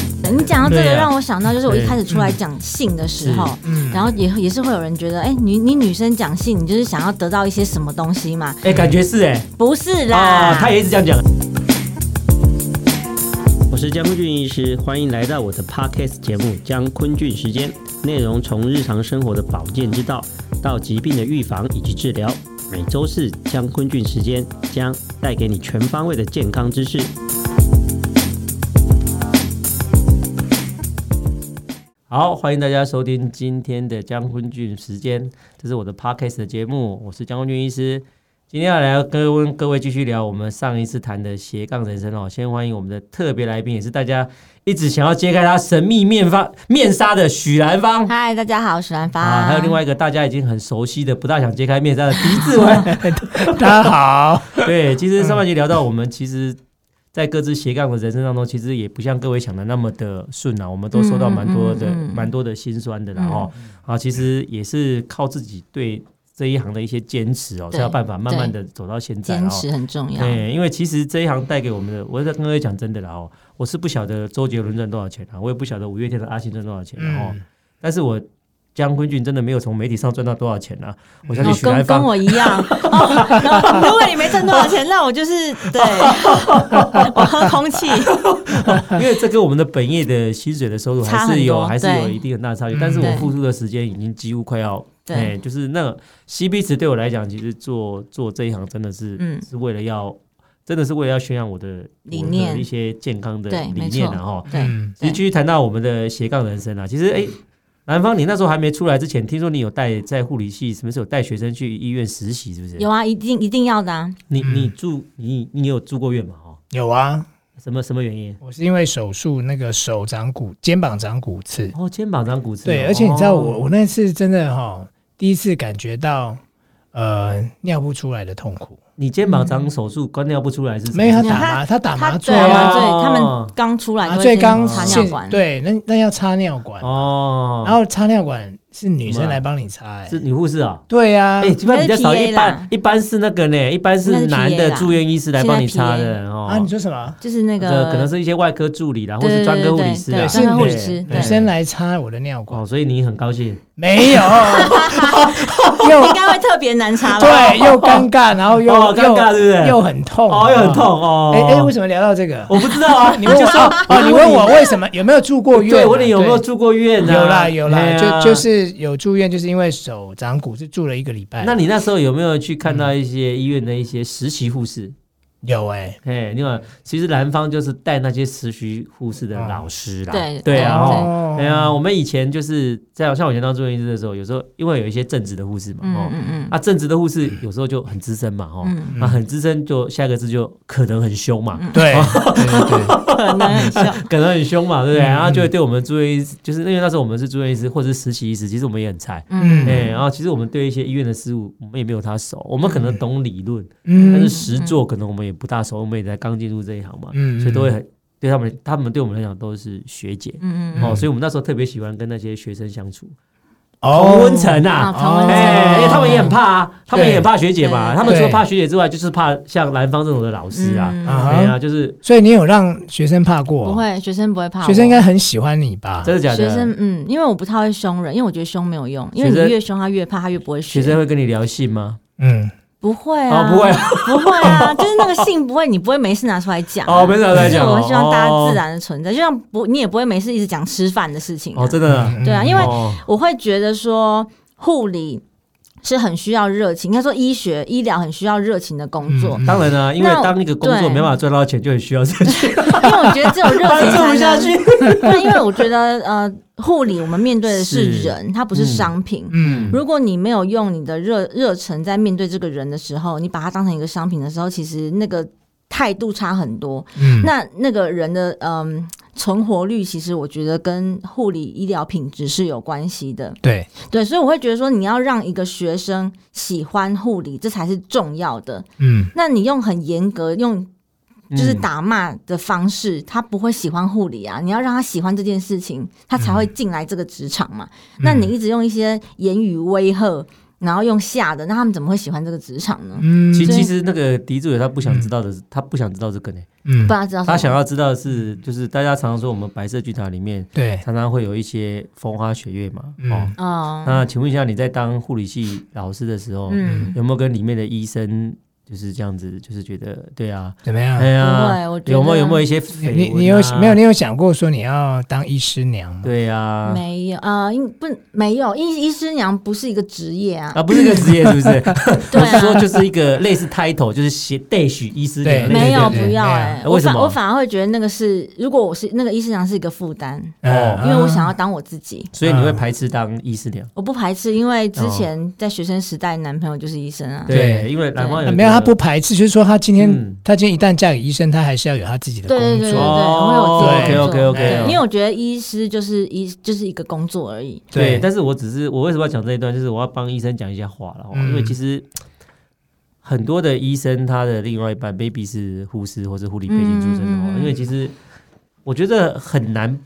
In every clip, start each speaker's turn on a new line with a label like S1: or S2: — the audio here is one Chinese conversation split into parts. S1: 到这个，
S2: 对啊
S1: 让我想到就是我一开始出来讲性的时候，
S3: 嗯
S1: 然后也也是会有人觉得，哎、你你女生讲性，你就是想要得到一些什么东西嘛？
S2: 哎，感觉是哎，
S1: 不是啦，
S2: 啊，他也一直这样讲。
S4: 我是江坤俊医师，欢迎来到我的 podcast 节目《江坤俊时间》，内容从日常生活的保健之道到疾病的预防以及治疗。每周四江坤俊时间将带给你全方位的健康知识。
S2: 好，欢迎大家收听今天的江坤俊时间，这是我的 podcast 的节目，我是江坤俊医师。今天要来跟各位继续聊我们上一次谈的斜杠人生哦。先欢迎我们的特别来宾，也是大家一直想要揭开他神秘面发面纱的许兰芳
S1: 嗨，大家好，我是兰芳、
S2: 啊，还有另外一个大家已经很熟悉的，不大想揭开面纱的狄志文。
S3: 大家好，
S2: 对，其实上半集聊到我们其实。在各自斜杠的人生当中，其实也不像各位想的那么的顺啊，我们都受到蛮多的、
S1: 嗯嗯嗯嗯嗯
S2: 蛮多的辛酸的啦哦。啊，其实也是靠自己对这一行的一些坚持哦，
S1: 对
S2: 才有办法慢慢的走到现在
S1: 坚
S2: 哦。
S1: 持很重要。
S2: 对，因为其实这一行带给我们的，我在跟各位讲真的啦哦，我是不晓得周杰伦赚多少钱啊，我也不晓得五月天的阿信赚多少钱啊哦，
S3: 嗯
S2: 但是我江坤俊真的没有从媒体上赚到多少钱啊，我相信
S1: 哦，
S2: 许来
S1: 跟跟
S2: 芳
S1: 我一样、哦然后如果你没挣多少钱，那我就是 对，我喝空气。
S2: 因为这跟我们的本业的薪水的收入
S1: 差
S2: 还
S1: 很
S2: 是有
S1: 多
S2: 还是
S1: 对
S2: 有一定很大的差距，但是我
S1: 对
S2: 付出的时间已经几乎快要，
S1: 对
S2: 哎就是那个 CP 值对我来讲，其实做做这一行真的是、
S1: 嗯
S2: 是为了要，真的是为了要宣扬我的
S1: 理
S2: 我的
S1: 念
S2: 一些健康的
S1: 对，
S2: 理
S1: 没
S2: 念
S1: 错
S2: 然后，
S1: 对，
S3: 嗯
S2: 其实继续谈到我们的斜杠人生啊，其实哎。南方，你那时候还没出来之前，听说你有带在护理系，什么时候带学生去医院实习？是不是？
S1: 有啊，一定一定要的啊。
S2: 你
S3: 嗯
S2: 你住你你有住过院吗？哦，
S3: 有啊，
S2: 什么什么原因？
S3: 我是因为手术那个手长骨肩膀长骨刺，
S2: 哦，肩膀长骨刺哦。
S3: 对，而且你知道
S2: 哦
S3: 我我那次真的哈，第一次感觉到呃尿不出来的痛苦，
S2: 你肩膀长手术，关掉不出来是什么
S3: 没有他
S1: 没有
S3: 打
S1: 他
S3: 麻他打麻醉
S1: 对
S2: 啊
S1: 麻
S3: 啊，
S1: 醉，
S2: 哦
S1: 他们刚出来
S3: 麻
S1: 就
S3: 醉
S1: 会
S3: 刚
S1: 先插
S3: 现
S1: 尿管，
S3: 对，那那要插尿管，
S2: 哦，
S3: 然后插尿管是女
S2: 什
S3: 生
S2: 么
S3: 来帮你插，哎
S2: 是女护士啊。
S3: 对呀，
S2: 哎，基本上比较少，
S1: 那嗯是
S2: 一
S1: PA
S2: 般
S1: 啦
S2: 一般是那个呢，一般
S1: 那
S2: 是
S1: 是
S2: 男
S1: PA
S2: 的
S1: 啦
S2: 住院医师来帮你擦
S1: 现在
S2: 的
S3: 啊，
S2: 哦
S3: 你。说什么？
S1: 就是那
S2: 这
S1: 个
S2: 可能是一 些外科助理啦，或
S1: 对
S2: 是
S1: 对
S2: 专科护
S1: 对对
S2: 理师
S1: 对
S2: 啊，
S3: 专科护
S1: 理师
S2: 对
S3: 女生
S2: 对
S3: 来插我的尿管，
S2: 哦，所以你很高兴。
S3: 没 有，
S1: 应
S3: 又
S1: 该会特别难插吧？
S2: 啊
S3: 对，又尴尬，然后又
S2: 哦
S3: 又
S2: 尴尬对不对
S3: 又很痛，
S2: 哦，又很痛。哦。
S3: 哎哎，为什么聊到这个？
S2: 我不知道啊，
S3: 你们就说哦，你问我为什么有没有住过院 啊？
S2: 对，我问你有没有
S3: 对
S2: 住过院啊？
S3: 有啦有
S2: 哎
S3: 啦，
S2: 呀
S3: 就就。是有住院，就是因为手掌骨是住了一个礼拜。
S2: 那你那时候有没有去看到一些医院的一些实习护士？
S3: 有哎，
S2: 哎，另外，其实蓝方就是带那些实习护士的老师啦，
S1: 对
S2: 对啊，
S1: 对
S2: 哦，哎呀，我们以前就是在像我以前当住院医师的时候，有时候因为有一些正职的护士嘛，
S1: 嗯
S2: 哦，
S1: 嗯
S2: 啊，正职的护士有时候就很资深嘛，哦，
S1: 嗯
S2: 啊，很资深就下一个字就可能很凶嘛，
S3: 对对对，
S1: 嗯，可能很像。
S2: 可能很凶嘛，对不对？然后就会对我们住院医师，就是因为那时候我们是住院医师或者是实习医师，其实我们也很菜，
S3: 嗯
S1: 嗯，
S2: 哎，然后其实我们对一些医院的事物，我们也没有他熟，我们可能懂理论，但是
S3: 嗯
S2: 实做可能我们也不大熟，我们也才刚进入这一行嘛，
S3: 嗯
S2: 所以都会很对他们，他们对我们来讲都是学姐。
S1: 嗯嗯
S2: 哦，所以我们那时候特别喜欢跟那些学生相处， 同
S3: 哦
S2: 温，层
S1: 啊，
S2: 啊，
S1: 同温
S2: 哎、
S1: 层，
S2: 因为他们也很怕啊，他们也很怕学姐嘛，
S1: 对
S2: 他们除了
S3: 对
S2: 怕学姐之外，就是怕像兰芳这种的老师啊，
S1: 嗯
S3: 啊
S2: 哎呀、
S3: 哈，
S2: 就是
S3: 所以你有让学生怕过？
S1: 不，会，学生不会怕我，
S3: 学生应该很喜欢你吧？
S2: 真的假的？
S1: 学生嗯，因为我不太会凶人，因为我觉得凶没有用，因为你
S2: 学生
S1: 越凶他越怕，他越不会学
S2: 学生会跟你聊性吗？
S3: 嗯，
S1: 不会
S2: 哦
S1: 啊，
S2: 不会，
S1: 不会啊，就是那个性不会，你不会没事拿出来讲啊。
S2: 哦，没啥在
S1: 就是
S2: 讲。
S1: 我希望大家自
S2: 然。
S1: 然的存在，就像不你也不会没事一直讲吃饭的事情啊、
S2: 哦，真的啊，
S3: 嗯
S1: 对啊，因为
S2: 哦
S1: 我会觉得说护理是很需要热情，应该说医学医疗很需要热情的工作，
S2: 当然啊啦、因为
S1: 那
S2: 当一个工作
S1: 对
S2: 没办法赚到钱，就很需要这 些，
S1: 因为我觉得只有热情
S2: 做
S1: 才
S2: 不
S1: 能
S2: 下去。
S1: 对，因为我觉得呃，护理我们面对的是
S2: 是
S1: 人，它不是
S2: 嗯
S1: 商品。
S3: 嗯
S1: 如果你没有用你的热热忱在面对这个人的时候，你把它当成一个商品的时候，其实那个态度差很多。
S3: 嗯
S1: 那那个人的嗯存活率，其实我觉得跟护理医疗品质是有关系的。
S3: 对，
S1: 对，所以我会觉得说，你要让一个学生喜欢护理，这才是重要的。
S3: 嗯
S1: 那你用很严格用。就是
S2: 嗯
S1: 打骂的方式，他不会喜欢护理啊！你要让他喜欢这件事情，他才会进来这个职场嘛。那你一直用一些言语威吓，然后用吓的，那他们怎么会喜欢这个职场呢？
S3: 嗯
S2: 其实
S1: 所以
S2: 其实那个笛主有他不想知道的，他不想知道这个呢，
S3: 嗯
S1: 不，知道
S2: 他
S1: 什
S2: 想
S1: 么
S2: 要知道的是，就是大家常常说我们白色剧团里面
S3: 对，
S2: 常常会有一些风花雪月嘛，哦
S3: 嗯，
S1: 哦，
S2: 那请问一下你在当护理系老师的时候，
S1: 嗯，
S2: 有没有跟里面的医生就是这样子，就是觉得对啊，
S3: 怎么样
S2: 哎？
S1: 不
S2: 呀
S1: 会我，觉得
S2: 有没有有没有一些绯闻
S3: 你
S2: 啊
S3: 你你有没有？你有想过说你要当医师娘吗？
S2: 对呀，
S1: 没有啊，因不没有医医师娘不是一个职业啊，
S2: 啊，不是一个职业，是不是？
S1: 对
S2: 我是说，
S1: 啊，
S2: 就是一个类似 title，就是写 dash 医师
S3: 对
S2: 的类似
S1: 没有
S3: 对对
S1: 不要
S3: 对
S1: 哎，
S2: 为
S1: 我
S2: 什
S1: 反
S2: 么
S1: 我反而会觉得那个是，如果我是那个医师娘是一个负担，
S3: 嗯
S2: 哦
S3: 啊
S1: 因为我想
S3: 要
S1: 要当我自己。
S2: 所以你会排斥当医师娘？
S1: 我不排斥，因为之前在学生时代，男朋友就是医生啊。
S3: 对
S2: 对，因为蓝方呃有一个
S3: 没有，他不排斥，就是说他今天
S2: 嗯
S3: 他今天一旦嫁给医生，他还是要有他自己的
S1: 对对
S3: 工
S1: 对对对，
S3: 作。
S1: 我有
S2: 哦
S1: 自己的工作
S2: OK，OK，OK
S1: 对因为
S2: 哦
S1: 我觉得医师就是医就是一个工作而已。
S2: 对，但是我只是我为什么要讲这一段，就是我要帮医生讲一下话了哦，
S3: 嗯
S2: 因为其实很多的医生他的另外一半 maybe 是护士或是护理背景出身的哦
S1: 嗯嗯，嗯
S2: 因为其实我觉得很难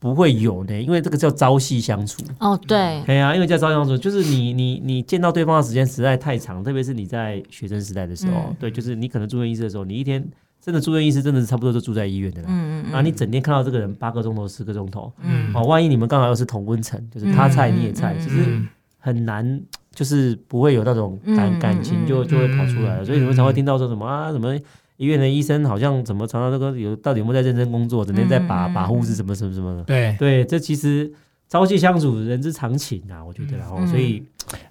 S2: 不会有呢，因为这个叫朝夕相处。
S1: 哦，对，
S2: 对呀、因为叫朝夕相处，就是你你你见到对方的时间实在太长，特别是你在学生时代的时候，
S1: 嗯
S2: 对，就是你可能住院医师的时候，你一天真的住院医师真的是差不多都住在医院的啦。
S1: 嗯嗯
S2: 啊，你整天看到这个人八个钟头、十个钟头，
S1: 嗯
S2: 哦，万一你们刚好又是同温层，就是他菜你也菜，
S1: 嗯嗯
S2: 其实很难，就是不会有那种感、
S1: 嗯
S2: 感情就
S1: 嗯
S2: 就会跑出来了。
S3: 嗯
S2: 所以你们常会听到说什么啊，什么医院的医生好像怎么常常那个有到底有没有在认真工作，整天在把、
S1: 嗯嗯
S2: 把护士什么什么什么的。
S3: 对，
S2: 对，这其实朝夕相处，人之常情啊，我觉得啦。哦
S1: 嗯
S2: 所 以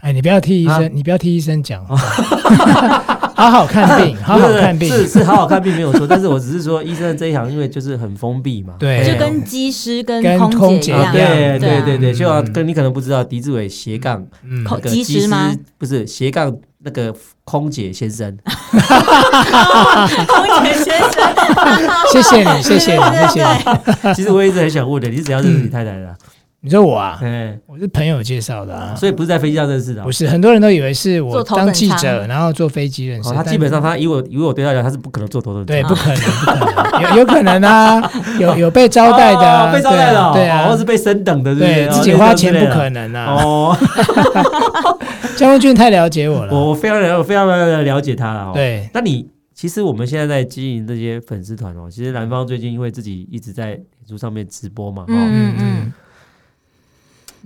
S3: 哎，你不要替医
S2: 啊哦
S3: 生，你不要替医生讲话， 好好 看病，好好
S2: 不是
S3: 看病，
S2: 是是好好看病没有错，但是我只是说医生这一行因为就是很封闭嘛。啊
S3: 对，
S1: 就跟技师跟
S3: 跟空
S1: 空姐
S3: 姐一
S1: 一样，
S3: 样
S2: 嗯对
S1: 对
S2: 对
S1: 啊
S2: 对对，
S3: 嗯
S2: 就要跟你可能不知道，狄志伟斜杠
S3: 嗯
S1: 口
S2: 那个
S1: 机
S2: 机
S1: 师吗
S2: 不是斜杠那个空姐先生，
S1: 空姐先 生，
S3: 谢谢你，谢谢你，谢
S1: 对
S3: 谢你。
S2: 其实我一直很想问的，你是怎样认识你太太的啊？
S3: 你说我啊，
S2: 哎，
S3: 我是朋友介绍的啊，
S2: 所以不是在飞机上认识的啊
S3: 不。是很多人都以为是我
S1: 坐头等
S3: 当记者，
S1: 舱
S3: 然后坐飞机认识
S2: 哦，，他
S3: 但
S2: 基本上啊他以我以我对他来讲，他是不可能做头等舱
S3: 对，不可能，不可能，有有 可能啊，有有被招待的啊，
S2: 哦被招待的哦，
S3: 对啊
S2: 哦
S3: 对
S2: 或
S3: 啊
S2: 是，被升等的，是不是
S3: 对
S2: 哦
S3: 自己花钱不可能啊。
S2: 哦，
S3: 江文俊太了解我了，
S2: 我我非常了我非常了了解他了哦。，
S3: 对，
S2: 那你其实我们现在在经营这些粉丝团哦，其实蓝方最近因为自己一直在脸书上面直播嘛，哦，
S1: 嗯嗯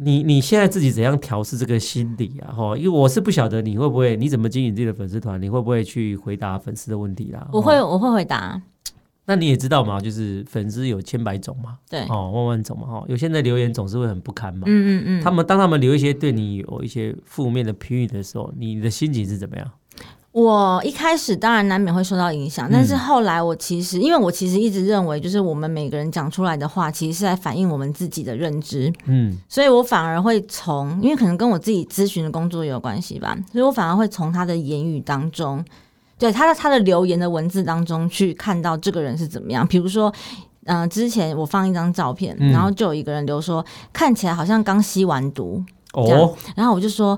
S2: 你你现在自己怎样调试这个心理啊？哈，因为我是不晓得你会不会，你怎么经营自己的粉丝团？你会不会去回答粉丝的问题啦？
S1: 嗯，我会
S2: 齁。
S1: 我会回答，
S2: 那你也知道嘛，就是粉丝有千百种嘛，
S1: 对，嗯
S2: 哦，万万种嘛，哈，有些人的留言总是会很不堪嘛。
S1: 嗯嗯，
S2: 他们当他们留一些对你有一些负面的评语的时候，你的心情是怎么样？
S1: 我一开始当然难免会受到影响，
S2: 嗯
S1: 但是后来我其实，因为我其实一直认为，就是我们每个人讲出来的话，其实是在反映我们自己的认知，
S2: 嗯，
S1: 所以我反而会从，因为可能跟我自己咨询的工作有关系吧，所以我反而会从他的言语当中，对他的他的留言的文字当中去看到这个人是怎么样，比如说。嗯、之前我放一张照片，
S2: 嗯
S1: 然后就有一个人留说看起来好像刚吸完毒，这
S2: 哦
S1: 样，然后我就说，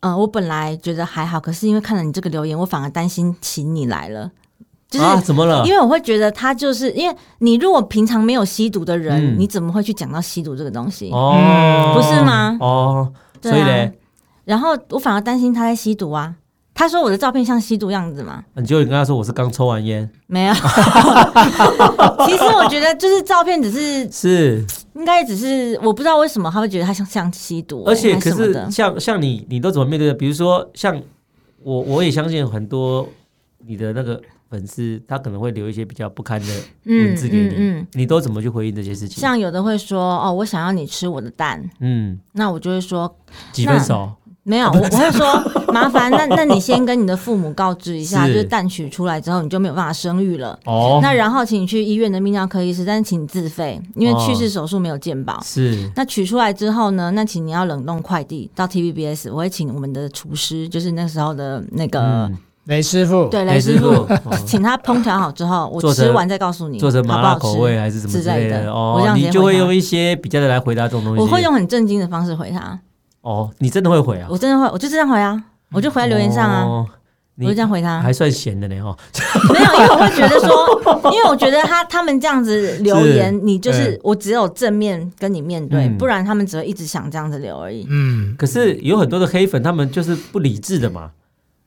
S1: 呃，我本来觉得还好，可是因为看了你这个留言，我反而担心起你来了，就是。
S2: 啊，怎么了
S1: 因？为我会觉得他就是因为你如果平常没有吸毒的人，
S2: 嗯
S1: 你怎么会去讲到吸毒这个东西？
S2: 哦，
S1: 嗯不是？吗？
S2: 哦，
S1: 对
S2: 所以
S1: 啊
S2: 嘞，
S1: 然后我反而担心他在吸毒啊。他说我的照片像吸毒样子吗？
S2: 你就跟他说我是刚抽完烟，
S1: 没有。 其实我觉得就是照片只是
S2: 是
S1: 应该只是我不知道为什么他会觉得他像像吸毒、哦
S2: 而且
S1: 还
S2: 可
S1: 是啊什么的
S2: 是像像你，你都怎么面对的？比如说像我，我也相信很多你的那个粉丝，他可能会留一些比较不堪的文字给你，
S1: 嗯嗯嗯
S2: 你都怎么去回应这些事情？
S1: 像有的会说哦，我想要你吃我的蛋，
S2: 嗯，
S1: 那我就会说
S2: 几分熟？
S1: 没 有，我我会说麻烦，那那你先跟你的父母告知一下，
S2: 是
S1: 就是蛋取出来之后你就没有办法生育了。
S2: 哦，
S1: 那然后请你去医院的泌尿科医师，但是请你自费，因为
S2: 哦
S1: 去世手术没有健保。
S2: 是
S1: 那取出来之后呢？那请你要冷冻快递到 TVBS，我会请我们的厨师，就是那时候的那个、
S2: 嗯，
S3: 雷师傅，
S1: 对
S2: 雷
S1: 雷师
S2: 师 傅
S1: 傅，
S2: 哦
S1: 请他烹调好之后，我
S2: 做成
S1: 吃完再告诉你
S2: 做成麻辣
S1: 好不好
S2: 口
S1: 吃
S2: 味还是什么
S1: 之类
S2: 的
S1: 的我这
S2: 哦，
S1: 样直接
S2: 你就
S1: 回
S2: 会
S1: 答
S2: 用一些比较的来回答这种东西。
S1: 我会用很震惊的方式回他，
S2: 哦，你真的会回啊？
S1: 我真的会，我就这样回啊，我就回在留言上啊。
S2: 哦
S1: 我就这样回他
S2: 还算闲的呢哦哈。
S1: 没有，因为我会觉得 说，因为我觉得他他们这样子留言
S2: 是，
S1: 你就是、
S2: 嗯
S1: 我只有正面跟你面对，
S2: 嗯
S1: 不然他们只会一直想这样子留而已。
S3: 嗯，
S2: 可是有很多的黑粉，他们就是不理智的嘛。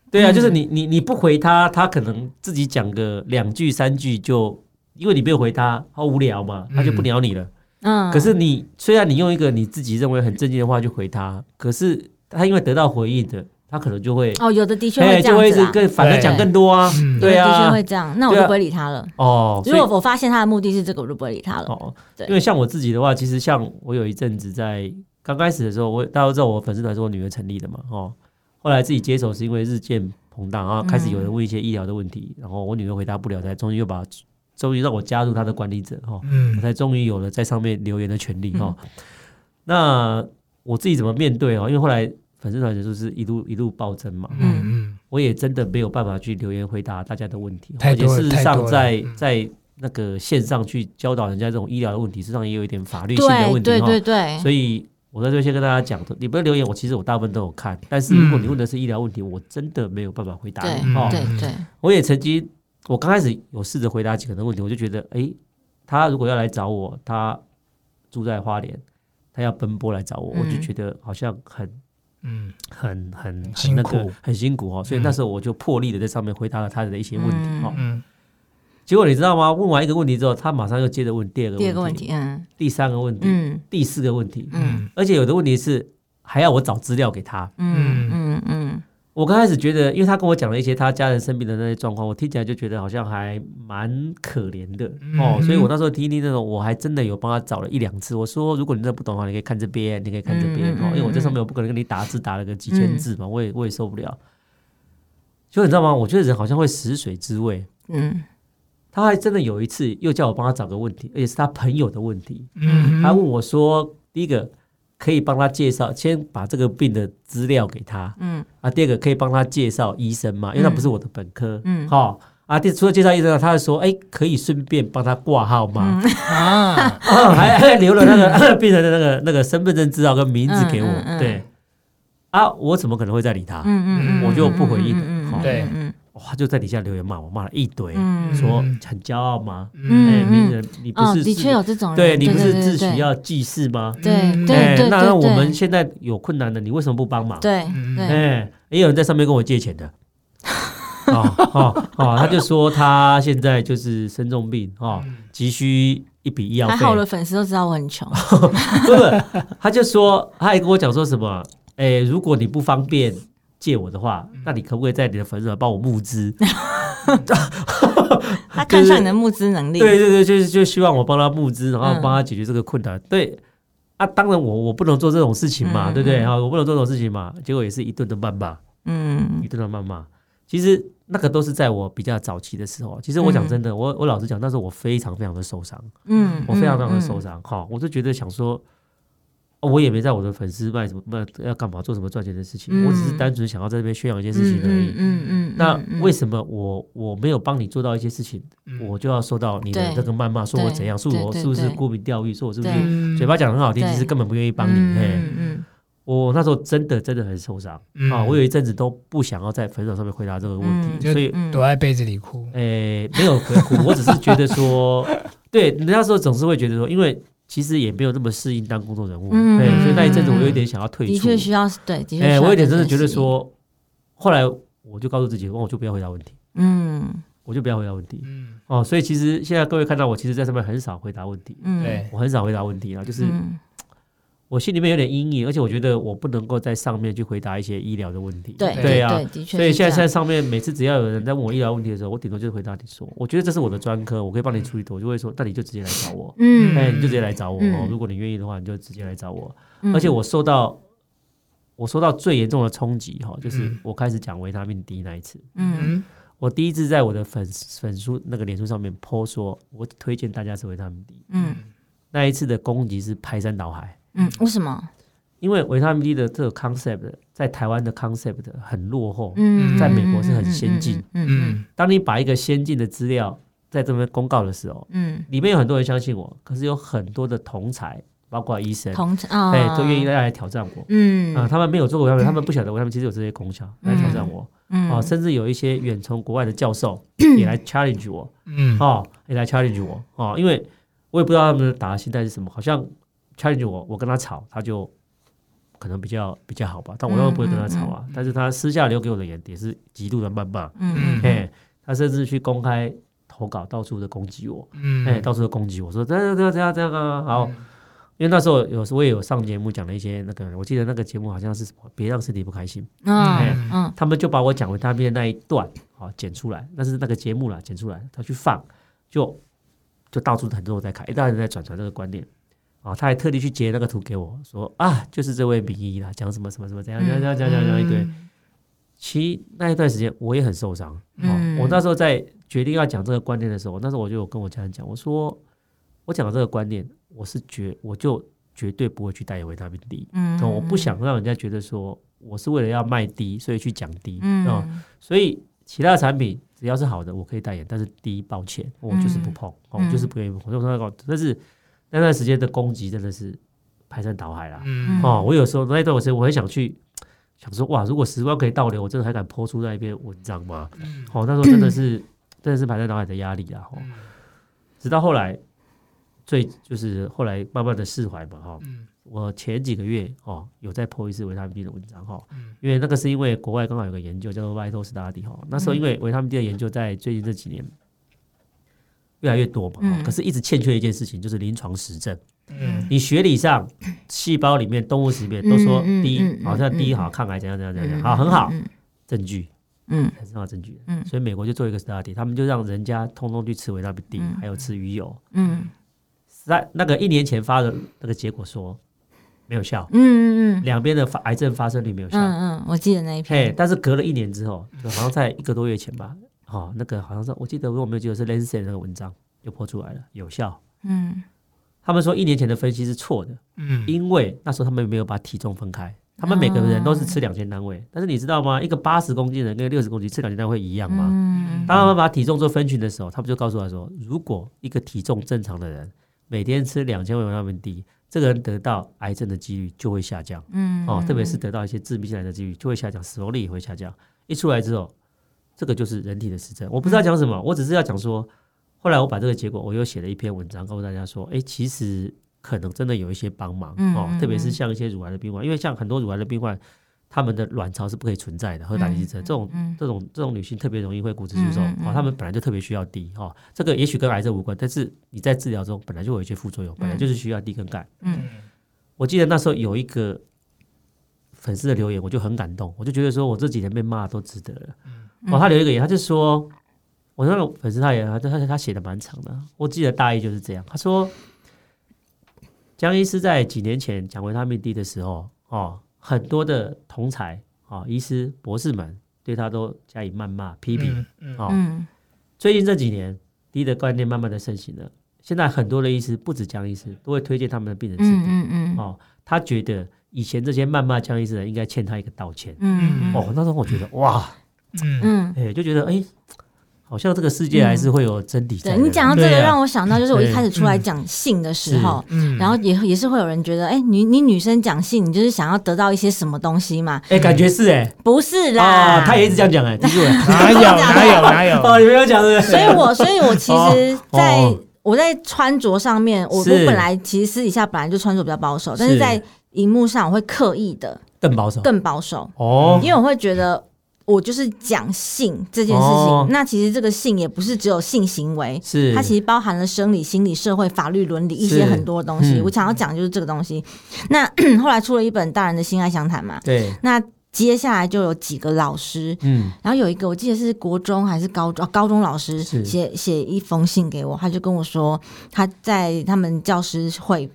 S2: 对
S1: 嗯
S2: 啊，就是你你你不回他，他可能自己讲个两句三句就，因为你没有回他，他无聊嘛，他就不鸟你了。
S1: 嗯，
S2: 可是你虽然你用一个你自己认为很正经的话去回他，可是他因为得到回应的，他可能就会
S1: 哦，有的的确
S2: 哎
S1: 会这
S2: 就
S1: 样
S2: 会一
S1: 子
S2: 直
S1: 啊，
S2: 更反而
S3: 对
S2: 讲更多啊
S3: 嗯，
S1: 有
S2: 对
S1: 的的确
S2: 啊
S1: 会，这样，那我
S2: 对
S1: 就
S2: 啊
S1: 不会理他了。
S2: 哦，
S1: 如
S2: 所以
S1: 果我发现他的目的是这个，我就不会理他了。
S2: 哦，
S1: 对
S2: 因为像我自己的话，其实像我有一阵子在刚开始的时候，我大家都知道我粉丝团是我女儿成立的嘛，哦，后来自己接手是因为日渐膨大
S1: 嗯
S2: 啊，开始有人问一些医疗的问题，然后我女儿回答不了，才终于又把终于让我加入她的管理者哦，我
S3: 嗯
S2: 才终于有了在上面留言的权利哦。
S1: 嗯
S2: 那我自己怎么面对哦？因为后来粉丝团人数是一路一路暴增嘛，
S3: 嗯嗯，
S2: 我也真的没有办法去留言回答大家的问题，
S3: 太
S2: 而且
S3: 多了
S2: 事实
S3: 太多
S2: 上
S3: 了
S2: 在
S3: 嗯
S2: 在那个线上去教导人家这种医疗的问题，事实上也有一点法律性的
S1: 对
S2: 问题
S1: 对
S2: 哈
S1: 对对，
S2: 所以我在这边先跟大家讲的，你不要留言，我其实我大部分都有看，但是如果
S3: 嗯
S2: 你问的是医疗问题，我真的没有办法回答
S1: 对
S2: 你哦。
S1: 对对，
S2: 我也曾经，我刚开始有试着回答几个人的问题，我就觉得，诶，他如果要来找我，他住在花莲，他要奔波来找我，
S1: 嗯
S2: 我就觉得好像很
S3: 嗯
S2: 很很很
S3: 辛
S2: 那个
S3: 苦
S2: 很辛苦哦，所以那时候我就破例的在上面回答了他的一些问题
S1: 嗯
S2: 哦。
S3: 嗯
S2: 结果你知道吗？问完一个问题之后，他马上又接着问第二个
S1: 第二个问
S2: 问
S1: 题，嗯
S2: 第三个问题，
S1: 嗯
S2: 第四个问题，
S1: 嗯
S2: 而且有的问题是还要我找资料给他。
S1: 嗯嗯嗯，
S2: 我刚开始觉得，因为他跟我讲了一些他家人生病的那些状况，我听起来就觉得好像还蛮可怜的哦，
S3: 嗯
S2: 所以我那时候听一听那种，我还真的有帮他找了一两次。我说，如果你真的不懂的话，你可以看这边，你可以看这
S1: 嗯
S2: 边
S1: 嗯嗯
S2: 哦，因为我在上面我不可能跟你打字打了个几千字嘛，我也我也受不了。就你知道吗？我觉得人好像会食髓知味。
S1: 嗯
S2: 他还真的有一次又叫我帮他找个问题，而且是他朋友的问题。
S3: 嗯
S2: 他问我说：“第一个可以帮他介绍，先把这个病的资料给他
S1: 嗯
S2: 啊；第二个可以帮他介绍医生嘛，因为那不是我的本科，
S1: 嗯
S2: 好、啊。第除了介绍医生，他还说：哎，可以顺便帮他挂号吗？
S1: 嗯
S3: 啊，
S2: 啊 还还留了那个 病人的那个那个身份证资料跟名字给我，
S1: 嗯嗯嗯
S2: 对啊，我怎么可能会再理他？
S1: 嗯嗯，嗯
S2: 哇，哦他就在底下留言骂我，骂了一堆，
S1: 嗯
S2: 说很骄傲吗？
S1: 嗯
S2: 哎，病人你不
S1: 哦，
S2: 是
S1: 的
S2: 自
S1: 确有这种人，
S2: 对你不是
S1: 对
S2: 自诩要济世吗？
S1: 对对
S2: 哎，
S1: 对对
S2: 那
S1: 对
S2: 那我们现在有困难的，你为什么不帮忙？，
S1: 对对
S2: 哎，也有人在上面跟我借钱 的。哦哦哦，他就说他现在就是生重病哦，急需一笔医药
S1: 还
S2: 费
S1: 好。我的粉丝都知道我很 穷，
S2: 不不，他就说，他还跟我讲说什么？哎，如果你不方便借我的话，那你可不可以在你的粉丝团帮我募资？
S1: 他看 上你的募资能力，
S2: 对对对，就是就希望我帮他募资，然后
S1: 嗯
S2: 帮他解决这个困难。对啊，当然我我不能做这种事情嘛，
S1: 嗯
S2: 对不对？
S1: 嗯
S2: 哈，我不能做这种事情嘛，结果也是一顿的谩骂，
S1: 嗯
S2: 一顿的谩骂。其实那个都是在我比较早期的时候。啊其实我讲真的，我我老实讲，那时候我非常非常的受伤，
S1: 嗯，
S2: 我非常非常的受伤。哈、我就觉得想说。哦我也没在我的粉丝卖什么卖要干嘛做什么赚钱的事情，
S1: 嗯
S2: 我只是单纯想要在这边宣扬一件事
S1: 嗯
S2: 情而已。
S1: 嗯嗯嗯，
S2: 那为
S1: 什
S2: 什么我我没有帮你做到一些事情，
S3: 嗯
S2: 我就要受到你的
S1: 对
S2: 这个谩骂，说我怎样，说
S1: 对
S2: 我
S1: 对
S2: 是不是
S1: 对
S2: 沽名钓誉，说我是不
S1: 对
S2: 是
S3: 嗯
S2: 嘴巴讲得很好听，
S1: 对
S2: 其实根本不愿意帮你？嘿，
S1: 嗯
S2: 我那时候真的真的很受伤
S3: 嗯
S2: 啊！我有一阵子都不想要在粉丝团上面回答这个问
S1: 嗯
S2: 题，所以
S1: 嗯
S3: 躲在被子里哭，
S2: 诶没有何苦，我只是觉得说， 对，那时候总是会觉得说，因为其实也没有那么适应当公众人物，
S1: 嗯
S2: 对，所以那一阵子我有一点想要退
S1: 的
S2: 出
S1: 确，需要，对，的确，
S2: 哎，我有点真的觉得，说，后来我就告诉自己，哦我就不要回答问题。
S1: 嗯
S2: 我就不要回答问题
S3: 嗯，
S2: 哦，所以其实现在各位看到我，其实在上面很少回答问题，
S1: 嗯，，
S3: 对，
S2: 我很少回答问题啊，就是
S1: 嗯，
S2: 我心里面有点阴影，而且我觉得我不能够在上面去回答一些医疗的问题，
S1: 对
S2: 对啊，
S1: 的确，
S2: 所以现在在上面每次只要有人在问我医疗问题的时候，我顶多就是回答你说，我觉得这是我的专科，我可以帮你处理的，我就会说，那你就直接来找我，
S1: 嗯，
S2: 哎，你就直接来找我哦，
S1: 嗯
S2: 如果你愿意的话，你就直接来找我，
S1: 嗯
S2: 而且我受到。我受到最严重的冲击哈，就是
S3: 嗯
S2: 我开始讲维他命 D 那一次，
S1: 嗯
S3: 嗯
S2: 我第一次在我的粉粉书那个脸书上面 po 说，我推荐大家吃维他命 D。
S1: 嗯
S2: 那一次的攻击是排山倒海，
S1: 嗯，为什么？
S2: 因为维他命 D 的这个 concept 在台湾的 concept 很落后。
S1: 嗯，嗯
S3: 嗯
S2: 当你把一个先进的资料在这边公告的时候，
S1: 嗯
S2: 里面有很多人相信我，可是有很多的同才，包括医生
S1: 嗯，，同啊，
S2: 哎，都愿意来挑战我。
S1: 嗯
S2: 啊，他们没有做过维他命，他们不晓得维他命其实有这些功效，来挑战我。
S1: 嗯，
S2: 哦，甚至有一些远从国外的教授也来 challenge 我，
S3: 嗯，
S2: 哦，也来 challenge 我，哦，因为我也不知道他们的打的心态是什么，好像 challenge 我，我跟他吵，他就可能比较比较好吧，但我当然不会跟他吵啊，但是他私下留给我的言也是极度的谩骂，
S1: 嗯嗯
S2: 哎、他甚至去公开投稿，到处的攻击我，
S3: 嗯，
S2: 哎、到处的攻击我说这样这样这样这样啊，好。因为那时候有时我也有上节目讲了一些那个，我记得那个节目好像是什么，别让身体不开心，哎
S1: 嗯嗯
S2: 他们就把我讲维他命的那一段啊剪出来，那是那个节目啦，剪出来，他去放，就就到处很多人在看，一大堆人在转传这个观念啊，他还特地去截那个图给我说啊，就是这位名医啦，讲什么什么什么，怎样怎样怎样怎样怎样一
S1: 嗯
S2: 堆。其那一段时间我也很受伤，哦
S1: 嗯
S2: 我那时候在决定要讲这个观念的时候，那时候我就有跟我家人讲，我说我讲的这个观念，我是绝我就绝对不会去代言维他命 D，
S1: 嗯
S2: 哦，我不想让人家觉得说我是为了要卖低，所以去讲低，
S1: 嗯
S2: 哦，所以其他的产品只要是好的，我可以代言，但是低，抱歉，我就是不碰，哦，
S1: 嗯
S2: 我就是不愿意碰，我就说那个，但是那段时间的攻击真的是排山倒海啦，
S3: 嗯
S2: 哦，我有时候那一段我间我很想去。想说哇，如果十万可以倒流，我真的还敢抛出那一篇文章吗？
S3: 嗯
S2: 哦，那时候真的是、真的是排山倒海的压力啦。哦，直到后来，最就是后来慢慢的释怀嘛，哈、哦
S3: 嗯
S2: 我前几个月哦，有在 po 一次维他命 D 的文章哈、哦
S3: 嗯
S2: 因为那个是因为国外刚好有个研究叫做 Vital Study 哈、哦，那时候因
S3: 嗯
S2: 为维他命 D 的研究在最近这几年越来越多嘛，哦
S1: 嗯
S2: 可是一直欠缺一件事情，就是临床实证。
S3: 嗯
S2: 你学理上，细胞里面、动物实验都说
S1: 嗯嗯
S2: D
S1: 嗯嗯
S2: 好像
S1: 嗯
S2: D 好抗癌怎样怎样怎样怎样，
S1: 嗯
S2: 好很好，
S1: 嗯
S2: 证据
S1: 嗯
S2: 很好证据，
S1: 嗯
S2: 所以美国就做一个 study，他们就让人家通通去吃维他命 D，
S1: 嗯
S2: 还有吃鱼油，
S1: 嗯
S2: 在那个一年前发的那个结果说没有效。
S1: 嗯嗯
S2: 两边的发癌症发生率没有
S1: 嗯
S2: 效。
S1: 嗯，我记得那一
S2: 嘿
S1: 篇，，
S2: 但是隔了一年之后，就好像在一个多月前吧，哦，那个好像是我记得，如果我没有记得是 Lancet 那个文章又破出来了，有效。
S1: 嗯
S2: 他们说一年前的分析是错的，
S3: 嗯
S2: 因为那时候他们没有把体重分开，他们每个人都是吃两千单位，但是你知道吗？一个八十公斤的人跟六十公斤吃两千单位一样吗？
S1: 嗯
S2: 当他们把体重做分群的时候，他们就告诉他说，如果一个体重正常的人每天吃两千维他命 D，这个人得到癌症的几率就会下降。
S1: 嗯
S2: 哦，特别是得到一些致命性癌的几率就会下降，死亡率也会下降。一出来之后，这个就是人体的实证。我不知道讲
S1: 嗯
S2: 什么，我只是要讲说，后来我把这个结果，我又写了一篇文章，告诉大家说，哎，其实可能真的有一些帮忙
S1: 嗯
S2: 哦
S1: 嗯，
S2: 特别是像一些乳癌的病患，因为像很多乳癌的病患，他们的卵巢是不可以存在的，和打击症这种。
S1: 嗯
S2: 这种这种女性特别容易会骨质疏松
S1: 嗯嗯嗯
S2: 哦，她们本来就特别需要 D 哦，这个也许跟癌症无关，但是你在治疗中本来就有一些副作用，本来就是需要 D 跟钙。
S1: 嗯
S2: 我记得那时候有一个粉丝的留言，我就很感动，我就觉得说我这几年被骂都值得了。
S1: 嗯
S2: 哦，他留一个言，他就说，我那个粉丝他也他他他写的蛮长的，我记得大意就是这样，他说，江医师在几年前讲维他命 D 的时候，哦，很多的同才啊、哦、医师博士们对他都加以谩骂批评，
S3: 嗯
S2: 哦，
S1: 嗯
S2: 最近这几年，D 的观念慢慢的盛行了，现在很多的医师不止江医师都会推荐他们的病人吃 D。
S1: 嗯嗯
S2: 哦，他觉得以前这些谩骂江医生的人应该欠他一个道歉。
S1: 嗯
S2: 哦，那时候我觉得哇，
S3: 嗯
S1: 嗯。
S2: 哎、就觉得哎、好像这个世界还是会有真理在
S1: 对
S2: 的、
S1: 你讲到这
S3: 对
S1: 个，
S3: 啊
S1: 让我想到就是我一开始出来讲性的时候，
S3: 嗯，
S1: 然后也也是会有人觉得，哎、你你女生讲性，你就是想要得到一些什么东西嘛？
S2: 哎、感觉是哎、
S1: 不是啦，
S2: 啊，他也一直这样讲哎、记住 了。
S3: 哪有哪有哪
S2: 哦，
S3: 有，
S2: 你没有讲对不
S1: 所
S2: 对？
S1: 以我所以我其实
S2: 哦
S1: 在、
S2: 哦
S1: 我在穿着上面，我我
S2: 是
S1: 本来其实私底下本来就穿着比较保守，但
S2: 是
S1: 是在荧幕上我会刻意的
S2: 更保守。
S1: 更保守，
S2: 哦，
S1: 因为我会觉得我就是讲性这件事情，
S2: 哦
S1: 那其实这个性也不是只有性行为，
S2: 是
S1: 它其实包含了生理、心理、社会、法律、伦理一些
S2: 是
S1: 很多东西。
S2: 嗯
S1: 我想要讲就是这个东西。那 后来出了一本《大人的性爱详谈》嘛，
S2: 对，
S1: 那接下来就有几个老师，
S2: 嗯，
S1: 然后有一个我记得是国中还是高中、啊高中老师
S2: 是
S1: 写写一封信给我，他就跟我说他在他们教师会。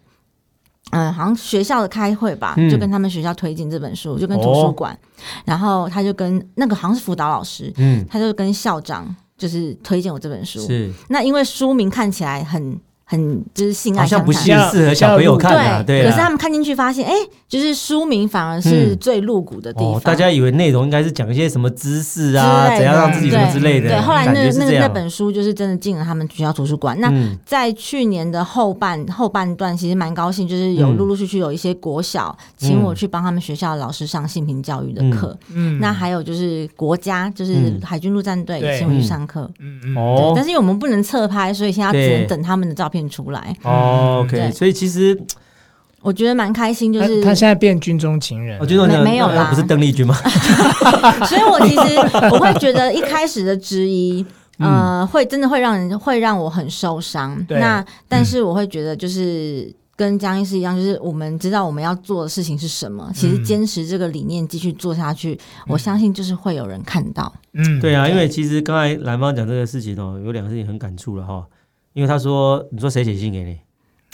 S1: 嗯，好像学校的开会吧，
S2: 嗯哦
S1: 就跟他们学校推进这本书，就跟图书馆，然后他就跟那个好像是辅导老师，
S2: 嗯，
S1: 他就跟校长就是推荐我这本书，
S2: 是
S1: 那因为书名看起来很很就是性
S2: 好
S1: 爱
S2: 像
S1: 相
S2: 不
S1: 谈
S2: 是。适合小朋友看啊，
S1: 对，
S2: 对
S1: 可是他
S2: 啊。
S1: 们看进去发现，哎、就是书名反而是
S2: 嗯
S1: 最露骨的地方。
S2: 哦，大家以为内容应该是讲一些什么知识啊，
S1: 之类的
S2: 怎样让自己什么之类的，
S1: 对，后来
S2: 感
S1: 那
S2: 觉是
S1: 那
S2: 这
S1: 个那
S2: 样。
S1: 本啊书就是真的进了他们学校图书馆。那
S2: 嗯
S1: 在去年的后半后半段，其实蛮高兴，就是有
S2: 嗯
S1: 陆陆续续有一些国小请
S2: 嗯
S1: 我去帮他们学校的老师上性平教育的课。
S3: 嗯
S1: 那还有就是国家，就是
S2: 嗯
S1: 海军陆战队
S3: 对
S1: 请我去
S2: 嗯
S1: 上课。
S3: 嗯嗯
S1: 对，但
S2: 哦
S1: 是因为我们不能侧拍，所以现在只
S2: 对
S1: 能等他们的照片出来。
S2: 哦，OK，
S1: 嗯对
S2: 所以其实
S1: 我觉得蛮开心，就
S3: 他
S1: 是
S3: 他现在变哦军中情人了，
S2: 我觉得
S1: 没没有
S2: 那
S1: 啦
S2: 不是邓丽君吗？
S1: 所以我其实我会觉得一开始的质疑。呃，会真的会让人会让我很受伤。
S3: 对
S1: 那但是我会觉得，就是、跟江医师一样，就是我们知道我们要做的事情是什么。其实
S3: 嗯
S1: 坚持这个理念继续做下去，我相信就是会有人看到。
S3: 嗯
S2: 对啊，因为其实刚才兰芳讲这个事情哦，有两个事情很感触了哈。因为他说，你说谁写信给你？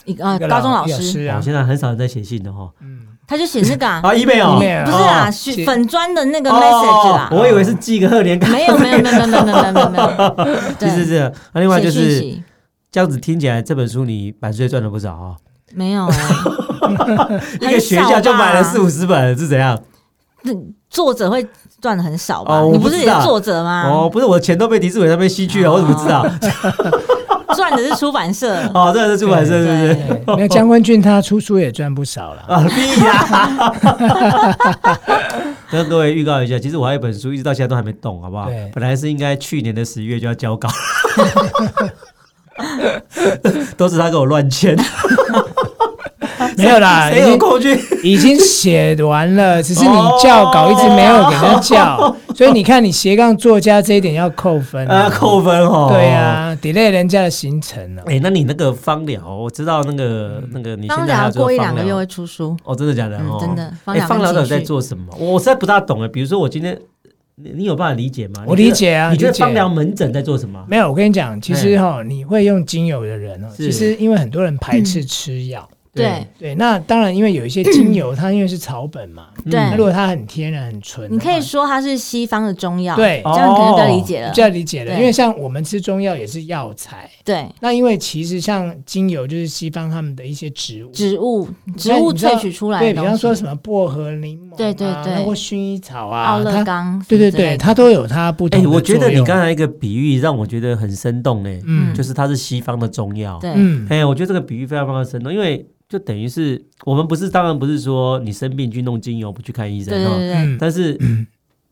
S1: 一个、呃、
S3: 一个
S1: 高中老
S3: 老
S1: 师，
S3: 师
S2: 哦
S3: 啊，
S2: 现在很少人在写信的哈。
S3: 嗯，
S1: 他就写那个、啊，
S2: 啊，email 哦
S1: 你不是啊，
S2: 哦
S1: 是
S3: 写
S1: 粉砖的那个
S2: 哦
S1: message 啦。
S2: 我以为是寄个贺年卡，
S1: 没有没有没有没有没有没有没有没有，
S2: 其实
S1: 对
S2: 是这样。那另外就
S1: 写讯
S2: 是
S1: 息
S2: 这样子，听起来这本书你版税赚了不少啊，
S1: 没有、啊，
S2: 一个学校就买了四
S1: 五。
S2: 五十本，是怎样？
S1: 作者会赚的很少吧？
S2: 哦我
S1: 你
S2: 不
S1: 是
S2: 知
S1: 也
S2: 道
S1: 是作者吗？
S2: 哦，不是，我的钱都被狄志伟那边吸去
S1: 哦
S2: 了，我怎么知道？
S1: 赚、的是出版社。
S2: 哦，这是出版社是不是？
S1: 对，
S3: 那江坤俊他出书也赚不少
S1: 哦
S3: 了，
S2: 啊，屁呀！ 跟各位预告一下，其实我还有一本书，一直到现在都还没动，好不好
S3: 对？
S2: 本来是应该去年的十一月就要交稿， 都是他给我乱签，
S3: 没有 啦，
S2: 谁
S3: 已
S2: 有
S3: 经
S2: 空去？
S3: 已经写完了，只是你校稿一直没有给他校，所以你看你斜杠作家这一点要扣分啊
S2: 呃，扣分哦。
S3: 对啊呀，delay 人家的行程啊了，
S2: 哎、那你那个芳疗，我知道那个
S3: 嗯
S2: 那个 你
S1: 方
S2: 现在还
S1: 疗
S2: 有做
S1: 过一两
S2: 芳
S1: 个月
S2: 疗
S1: 会出书，
S2: 哦，真的假的？
S1: 嗯
S2: 哦，
S1: 真的芳
S2: 哎
S1: 疗
S2: 芳
S1: 跟
S2: 疗到底
S1: 情
S2: 在
S1: 绪
S2: 做什么？我实在不大懂哎。比如说，我今天你你有办法理解吗？你觉
S3: 我
S2: 得
S3: 理解啊
S2: 你觉得
S3: 理解
S2: 芳疗门诊在做什么？
S3: 没有，我跟你讲，其实哈、你会用精油的人哦，
S2: 是
S3: 其实因为很多人排斥吃药，
S2: 哎
S1: 对
S3: 对，那当然因为有一些精油，它因为是草本嘛，那如
S1: 对，
S3: 果它很天然、很纯的
S1: 嗯
S3: 话，
S1: 你可以说它是西方的中药，，
S3: 对哦
S1: 这样可能比较理解
S3: 比
S1: 了。
S3: 较理解的，
S1: 对
S3: 因为像我们吃中药也是药材，
S1: 对，
S3: 那因为其实像精油就是西方他们的一些植物。
S1: 植物植
S3: 那
S1: 物
S3: 你知道
S1: 萃取出来
S3: 对
S1: 的
S3: 比
S1: 东西，
S3: 方说什么薄荷、柠檬、啊，
S1: 对对对
S3: 那或薰衣草
S1: 奥
S3: 啊，
S1: 勒
S3: 它
S1: 冈，
S3: 对对对，，它都有它不
S2: 哎、
S3: 同的
S2: 我觉得
S3: 作
S2: 你
S3: 用
S2: 刚才一个比喻让我觉得很生动哎、
S3: 嗯
S2: 就是它是西方的中药。
S1: 对，
S3: 嗯
S2: 哎、我觉得这个比喻非常非常生动，因为就等于是我们不是当然不是说你生病去弄精油不去看医
S1: 对对
S2: 生哦哈，
S1: 对
S3: 嗯
S1: 对。
S2: 但是、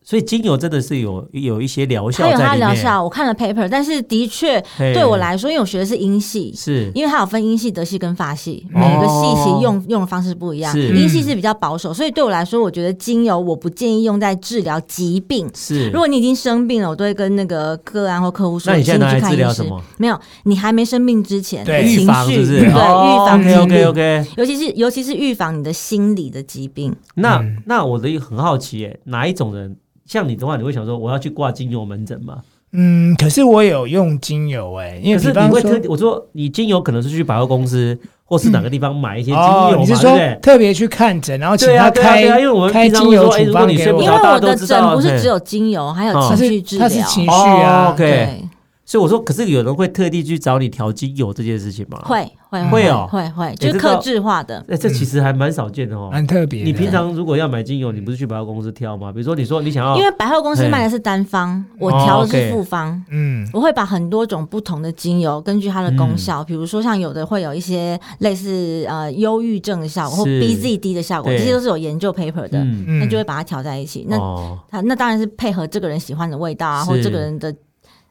S2: 所以精油真的是有有一些疗效
S1: 它
S2: 在
S1: 有
S2: 里面。
S1: 它的疗效，我看了 paper，但是的确
S2: 嘿
S1: 对我来说，因为我学的是英系，
S2: 是
S1: 因为它有分英系、德系跟法系，
S2: 哦
S1: 每个系其用用的方式不一样。
S2: 是
S1: 英系是比较保守，所以对我来说，我觉得精油我不建议用在治疗疾病。
S2: 是，
S1: 如果你已经生病了，我都会跟那个个案或客户说，
S2: 那你现
S1: 请
S2: 在拿
S1: 去
S2: 来
S1: 看
S2: 治疗
S1: 医师
S2: 什么？
S1: 没有，你还没生病之前，
S3: 对
S1: 你情
S2: 预防
S1: 绪
S2: 是不哦是？
S1: 对，预防疾
S2: OK
S1: 病。
S2: OK OK。
S1: 尤其是尤其是预防你的心理的疾病，
S2: 那、
S3: 嗯
S2: 那我的一个很好奇耶，哪一种人？像你的话，你会想说我要去挂精油门诊吗？
S3: 嗯，可是我有用精油哎、因
S2: 可
S3: 为
S2: 是
S3: 比
S2: 你
S3: 方
S2: 会
S3: 说
S2: 特地，我说你精油可能是去百货公司或是哪个地方买一些精油嘛，
S3: 哦，你是
S2: 对不
S3: 说
S2: 对？
S3: 特别去看诊，然后请
S2: 对啊
S3: 他
S2: 对啊
S3: 开
S2: 对啊因为我们
S3: 开
S2: 平常
S3: 精
S2: 都
S3: 油
S2: 说哎
S3: 处方
S2: 如果你
S3: 给
S2: 睡不
S1: 因
S2: 着
S1: 为
S3: 我？
S1: 我
S2: 大家
S1: 的
S2: 都知道
S1: 诊不是
S2: 对
S1: 只有精油，还
S2: 哦
S1: 有
S3: 他
S1: 情绪
S3: 是
S1: 治
S3: 他是
S1: 疗。
S3: 情绪啊，
S2: 哦，OK
S1: 对，
S2: 所以我说，可是有人会特地去找你调精油这件事情吗？，
S1: 会会
S2: 会哦
S1: 会会，就是
S2: 这个
S1: 克制化的。
S2: 哎，这其实还蛮少见的哦。
S3: 蛮特别的。
S2: 你平常如果要买精油，你不是去百货公司挑吗？比如说，你说你想要
S1: 因为百货公司卖的是单方，我调的是复方。
S2: 哦
S3: 嗯
S1: 我会把很多种不同的精油，根据它的功
S2: 嗯
S1: 效，比如说像有的会有一些类似呃忧郁症的效果或
S2: 是
S1: BZD 的效果，
S2: 对
S1: 这些都是有研究 paper 的，
S2: 嗯，
S3: 嗯，
S1: 那就会把它调在一起。那
S2: 哦，
S1: 它那当然是配合这个人喜欢的味道啊，
S2: 是
S1: 或这个人的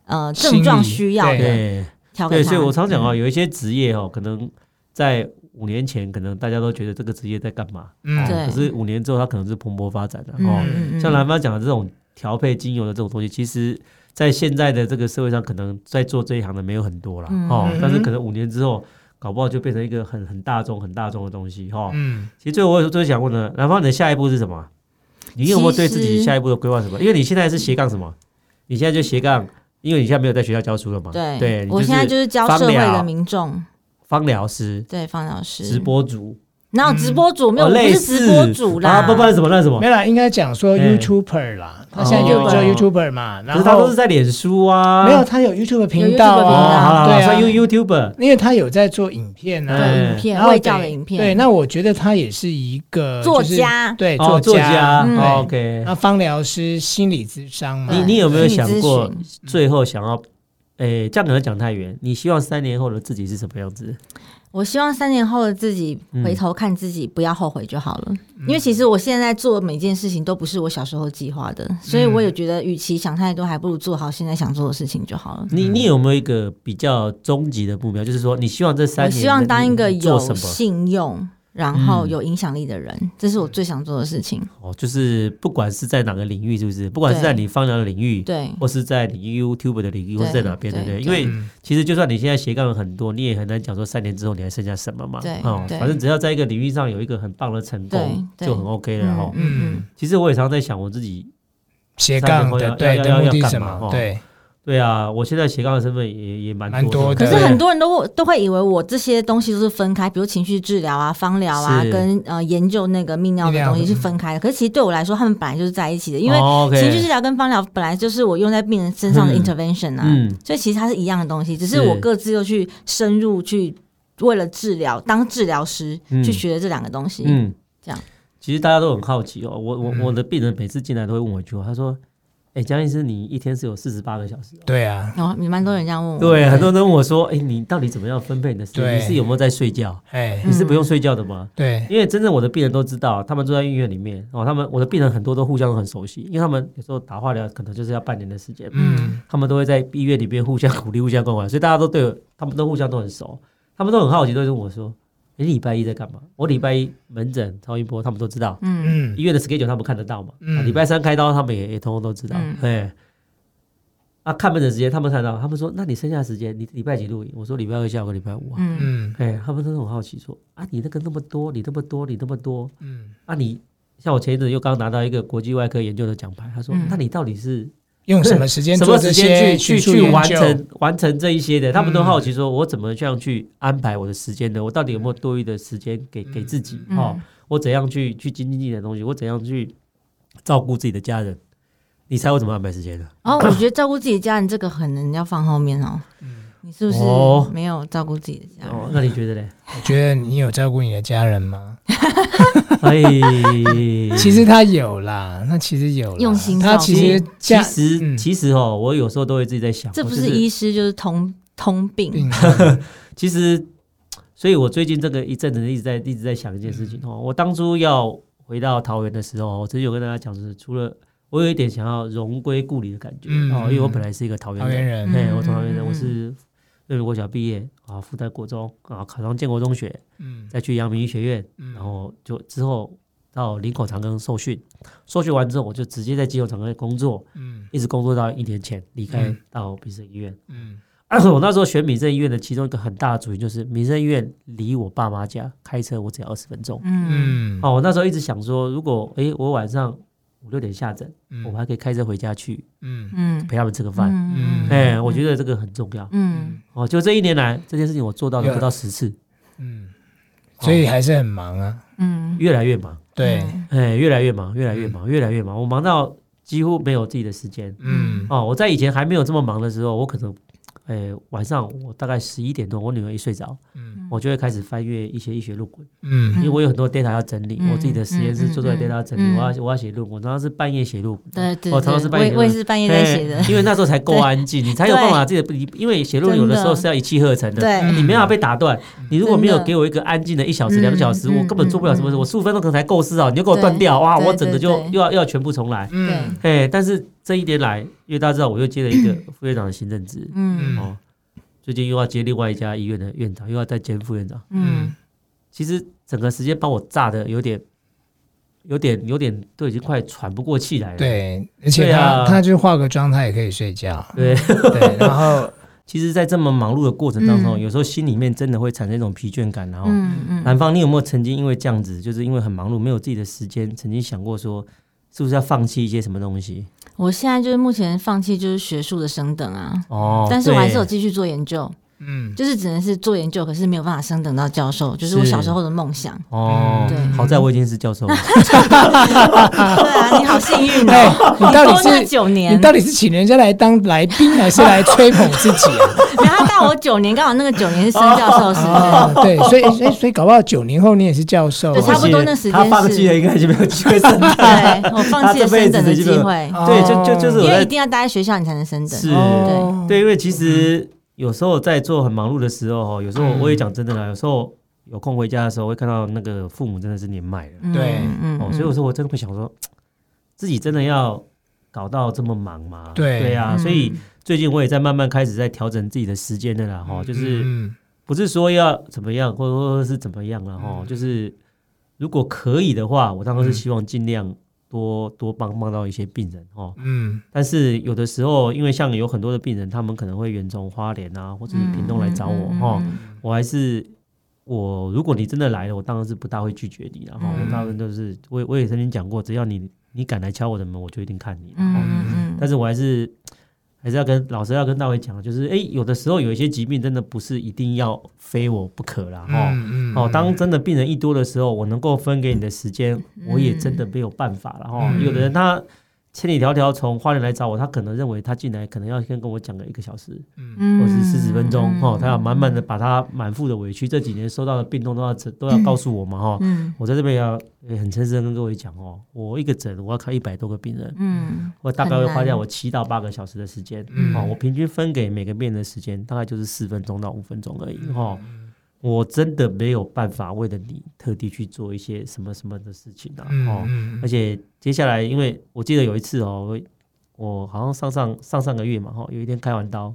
S1: 呃
S3: 心
S1: 症状
S3: 理
S1: 需要
S3: 对啊
S1: 的
S2: 对
S1: 调给
S2: 对，所以
S1: 他。
S2: 我常讲哦，
S3: 嗯
S2: 有一些职业哦，可能在五年前，可能大家都觉得这个职业在干嘛，啊
S3: 嗯
S1: 对
S2: 可是五年之后，它可能是蓬勃发展的哦。
S3: 嗯
S1: 嗯
S2: 像兰芳讲的这种调配精油的这种东西，其实在现在的这个社会上，可能在做这一行的没有很多啦。
S1: 嗯
S2: 哦
S3: 嗯。
S2: 但是可能五年之后，搞不好就变成一个很很大众、很大众的东西哈、哦
S3: 嗯，
S2: 其实最后我最想问的，兰芳，你的下一步是什么？你有没有对自
S1: 其
S2: 己
S1: 实
S2: 下一步的规划什么？因为你现在是斜杠什么？你现在就斜杠，因为你现在没有在学校教书了嘛。
S1: 对，
S2: 你
S1: 我现在
S2: 是
S1: 就是教
S2: 芳
S1: 社会
S2: 疗
S1: 的民众，
S2: 芳疗师、
S1: 对方老师
S2: 直播主，
S1: 哪有直播主？没有，
S2: 哦
S1: 我不
S2: 类
S1: 是直播主啦。
S2: 啊，不不然什么那什么
S3: 没，有啦，应该讲说
S2: 嗯
S3: YouTuber 啦，他现在有
S1: 哦
S3: 做 YouTuber 嘛，然
S2: 可是
S3: 后
S2: 他都是在脸书啊，
S3: 没有，他有 YouTube 频道
S2: 哦，好
S3: 啊，
S2: 了，
S3: 对
S2: 算
S3: 啊，
S2: You YouTuber，
S3: 因为他有在做影片
S1: 对
S3: 啊，
S2: 哎
S1: 影片
S3: 然后
S1: 卫教的
S3: 对
S1: 影片，
S3: 对，那我觉得他也是一
S2: 呃
S3: 个
S1: 作
S3: 就是
S1: 家
S3: 对
S2: 哦，作家
S1: 嗯
S2: 哦
S3: 对
S2: ，OK，
S3: 那芳疗师、心理咨商嘛，嗯
S2: 你
S1: 对
S2: 你有没有想过
S1: 心理咨
S2: 最后想要？诶，这样可能讲太远。你希望三年后的自己是什么样子？
S1: 我希望三年后的自己
S2: 嗯
S1: 回头看自己，不要后悔就好了。因为其实我现在做每件事情都不是我小时候计划的，所
S2: 嗯
S1: 以我也觉得，与其想太多，还不如做好现在想做的事情就好了。
S2: 你你有没有一个比较终极的目标？就是说，你希望这三
S1: 我
S2: 年，
S1: 希望当一个
S2: 做
S1: 有
S2: 什么？嗯
S1: 信用，然后有影响力的人，这是我最想做的事情。
S2: 哦，就是不管是在哪个领域，是不是？不管是在你芳疗的领域，
S1: 对
S2: 或是在你 YouTube 的领域，
S1: 对
S2: 或是在哪边，对
S1: 对
S2: 不对？
S1: 对
S2: 因
S3: 嗯
S2: 为其实就算你现在斜杠了很多，你也很难讲说三年之后你还剩下什么嘛。
S1: 对
S2: 哦，
S1: 对
S2: 反正只要在一个领域上有一个很棒的成功，
S1: 对对
S2: 就很 OK 了哦
S1: 嗯。嗯
S2: 其实我也常常在想我自己，
S3: 斜杠
S2: 三年
S3: 的
S2: 后
S3: 对
S2: 要
S3: 的
S2: 要
S3: 目的
S2: 要
S3: 是
S2: 干
S3: 什
S2: 嘛
S3: 么
S2: 哦？
S3: 对，
S2: 对啊，我现在斜杠的身份也也蛮
S3: 蛮多
S1: 可
S3: 的
S1: 是
S3: 对
S1: 很多人都会都会以为我这些东西都是分开，比如情绪治疗啊、芳疗啊
S2: 是，嗯
S1: 跟呃研究那个泌尿的东
S3: 泌
S1: 西
S3: 尿
S1: 是分开的。可是其实对我来说，他们本来就是在一起的，因为
S2: 哦，OK
S1: 情绪治疗跟芳疗本来就是我用在病人身上的
S2: 嗯
S1: intervention 啊，
S2: 嗯
S1: 所以其实它是一样的东西，只是
S2: 是
S1: 我各自又去深入去为了治疗当治疗师、
S2: 嗯
S1: 去学这两个东西。
S2: 嗯，
S1: 这样。
S2: 其实大家都很好奇哦，我
S3: 嗯
S2: 我我的病人每次进来都会问我一句话，他说：“哎，江医生，你一天是有四十八个小时哦。”
S3: 对啊，
S1: 然后你蛮多人这样问我，
S2: 对，很多人都问我说：“哎，你到底怎么样分配你的时间？
S3: 对
S2: 你是有没有在睡觉？
S3: 哎，
S2: 你是不用睡觉的吗？”
S3: 对，
S2: 因为真正我的病人都知道，他们住在医院里面哦，他们我的病人很多都互相都很熟悉，因为他们有时候打化疗可能就是要半年的时间，
S3: 嗯，
S2: 他们都会在医院里面互相 鼓励、互相关怀，所以大家都对我他们都互相都很熟，他们都很好奇，都会问我说：“哎你礼拜一在干嘛？”我礼拜一门诊超音波，他们都知道，
S1: 嗯，
S3: 嗯
S2: 医院的 schedule 他们看得到嘛，
S3: 嗯
S2: 啊礼、拜三开刀他们也也通通都知道，
S1: 嗯
S2: 哎、啊，看门诊时间他们看到，他们说：“那你剩下的时间，你礼拜几录影？”我说：“礼拜二下午、礼拜五啊。
S1: 嗯
S3: 嗯
S2: 哎，他们都很好奇说：“啊，你那个那么多，你那么多，你那么多，
S3: 嗯，
S2: 啊你。”像我前一阵又刚拿到一个国际外科研究的奖牌，他说：“
S1: 嗯
S2: 那你到底是
S3: 用什么时间
S2: 什
S3: 做
S2: 么
S3: 这
S2: 时
S3: 些
S2: 间去去
S3: 学术
S2: 去
S3: 研
S2: 完
S3: 究
S2: 成完成这一些的？他们都
S3: 嗯
S2: 好奇说，我怎么这样去安排我的时间呢？我到底有没有多余的时间给给自己？
S1: 嗯
S2: 哦，我怎样去去经营自己的东西？我怎样去照顾自己的家人？你猜我怎么安排时间的？
S1: 然后哦我觉得照顾自己的家人这个可能要放后面哦。你是不是
S2: 嗯哦
S1: 没有照顾自己的家人？
S2: 哦，那你觉 得嘞？
S3: 你觉得你有照顾你的家人吗？
S2: 哎，
S3: 其实他有啦，那其实有啦
S1: 嗯用心
S3: 他
S1: 照顾
S3: 其实
S2: 其
S3: 家
S2: 实
S3: 嗯
S2: 其实哦，我有时候都会自己在想，
S1: 这不
S2: 我
S1: 是
S2: 就
S1: 医师哦就是通通病。
S3: 并
S2: 其实，所以我最近这个一阵子一直在一直在想一件事
S3: 嗯
S2: 情哦。我当初要回到桃园的时候，哦我之前有跟大家讲，就是除了我有一点想要荣归故里的感觉、
S3: 嗯
S2: 哦，因为我本来是一个桃园
S3: 桃园
S2: 人，
S3: 人，
S2: 哎、
S1: 嗯
S2: 我从桃园人，
S1: 嗯嗯
S2: 我是瑞国小毕业啊，复旦国中啊，考上建国中学，
S3: 嗯
S2: 再去阳明医学院，
S3: 嗯
S2: 然后就之后到林口长庚受训，受训完之后，我就直接在基隆长庚工作，
S3: 嗯
S2: 一直工作到一年前离开
S3: 嗯
S2: 到平生医院。
S3: 嗯，
S2: 啊，我那时候选民生医院的其中一个很大的主因就是民生医院离我爸妈家开车我只要二十分钟。
S1: 嗯
S3: 嗯，
S2: 哦，我那时候一直想说，如果诶我晚上五六点下诊，
S3: 嗯
S2: 我还可以开车回家去
S3: 嗯
S1: 嗯
S2: 陪他们吃个饭。
S1: 嗯
S2: 哎、我觉得这个很重要。
S1: 嗯
S2: 哦，就这一年来这件事情我做到了不到十次，
S3: 嗯，所以还是很忙啊，
S1: 嗯，
S2: 越来越忙，
S3: 对，
S2: 哎、越来越忙，越来越忙，越来越忙，我忙到几乎没有自己的时间。
S3: 嗯
S2: 哦，我在以前还没有这么忙的时候，我可能，哎、晚上我大概十一点多，我女儿一睡着，
S3: 嗯
S2: 我就会开始翻阅一些医学论文。因
S3: 嗯
S2: 为我有很多 data 要整理，
S1: 嗯
S2: 我自己的实验室做出
S1: 嗯
S2: 来
S1: 嗯
S2: data 要整理，
S1: 嗯
S2: 我要我要写论文，常常是半夜写论文，
S1: 对对，
S2: 我常常
S1: 对
S2: 是半夜
S1: 我也我也哦是半夜哎在写的
S2: 嘿，因为那时候才够安 静，你才有办法自己的，因为写论文有的时候
S1: 真的
S2: 是要一气呵成的。
S1: 对
S2: 你没办法被打断，你如果没有
S1: 真的
S2: 给我一个安静的一小时、
S1: 嗯
S2: 两小时，
S1: 嗯
S2: 我根本做不了什么事。
S1: 嗯嗯
S2: 我十五分钟可能才构思啊好，你就给我
S1: 对
S2: 断掉，哇，
S1: 对
S2: 我整个就
S1: 对对
S2: 又要又要全部重来。
S1: 对
S3: 嗯，
S2: 哎，但是这一年来，因为大家知道，我又接了 一个副院长的行政职，
S1: 嗯
S2: 哦，最近又要接另外一家医院的院长，又要再兼副院长。
S1: 嗯
S2: 其实整个时间把我炸的有点，有点，有点都已经快喘不过气来了。
S3: 对，而且
S2: 对啊
S3: 他他就化个妆，他也可以睡觉，
S2: 对，
S3: 对，然后
S2: 其实，在这么忙碌的过程当中，
S1: 嗯
S2: 有时候心里面真的会产生一种疲倦感。然后，
S1: 嗯嗯，
S2: 南方，你有没有曾经因为这样子，就是因为很忙碌，没有自己的时间，曾经想过说，是不是要放弃一些什么东西？
S1: 我现在就是目前放弃就是学术的升等啊，
S2: 哦，
S1: 但是我还是有
S2: 对
S1: 继续做研究，
S3: 嗯，
S1: 就是只能是做研究，可是没有办法升等到教授，就是我
S2: 是
S1: 小时候的梦想。
S2: 哦
S1: 嗯对，
S2: 好在我已经是教授了，
S1: 对啊，你好幸运
S3: 哎、
S1: 哦！
S3: 你到底
S1: 多那
S3: 是
S1: 九
S3: 你
S1: 年，
S3: 到底是请人家来当来宾，还是来吹捧自己 啊？
S1: 然后大我九年，刚好那个九年是升教授时代，
S3: 哦，对，所以哎、所以搞不好九零后你也是教授
S1: 对差不
S3: 啊，
S1: 多那时间是
S2: 他放弃了，应该就没有机会升等。
S1: 对我 放弃了升等的机会，
S3: 哦
S2: 对，就就就是我
S1: 因为一
S2: 在
S1: 定要待在学校你才能升等。
S2: 是，
S3: 哦
S2: 对，因为其实有时候在做很忙碌的时候，有时候我也讲真的啦，有时候有空回家的时候会看到那个父母真的是年迈了，
S1: 嗯
S3: 对
S1: 嗯
S2: 哦，所以有时候我真的会想说，自己真的要搞到这么忙吗？
S3: 对
S2: 对啊，
S1: 嗯
S2: 所以最近我也在慢慢开始在调整自己的时间的啦，哈，就是。
S3: 嗯
S2: 不是说要怎么样，或或者是怎么样了哈、就是如果可以的话，我当然是希望尽量多、多帮帮到一些病人哦。
S3: 嗯
S2: 但是有的时候，因为像有很多的病人，他们可能会远从花莲啊，或
S1: 嗯
S2: 者是屏东来找我哈、我还是我，如果你真的来了，我当然是不大会拒绝你然后、
S1: 嗯
S2: 我当然就是我也我也曾经讲过，只要你你敢来敲我的门，我就一定看你。
S1: 嗯嗯
S2: 但是我还是还是要跟老师要跟大卫讲，就是诶，有的时候有一些疾病真的不是一定要非我不可啦，哦、
S3: 嗯
S2: 哦，当真的病人一多的时候，我能够分给你的时间，
S1: 嗯
S2: 我也真的没有办法了哦。
S3: 嗯
S2: 有的人他千里迢迢从花莲来找我，他可能认为他进来可能要先跟我讲个一个小时
S1: 嗯
S2: 或是四十分钟哦，他要
S1: 慢
S2: 满满的把他满腹的委屈，这几年受到的病痛都要都要告诉我嘛哈。
S1: 嗯
S2: 我在这边也要也很诚实的跟各位讲哦，我一个诊我要看一百多个病人，
S1: 嗯
S2: 我大概会花
S1: 很
S2: 掉
S1: 难
S2: 我七到八个小时的时间，
S3: 嗯
S2: 哦，我平均分给每个病人的时间大概就是四分钟到五分钟而
S3: 嗯
S2: 已，哦，我真的没有办法为了你特地去做一些什么什么的事情啊，哦，
S3: 嗯
S2: 而且接下来，因为我记得有一次哦，我我好像上上上上个月嘛，哦，有一天开完刀，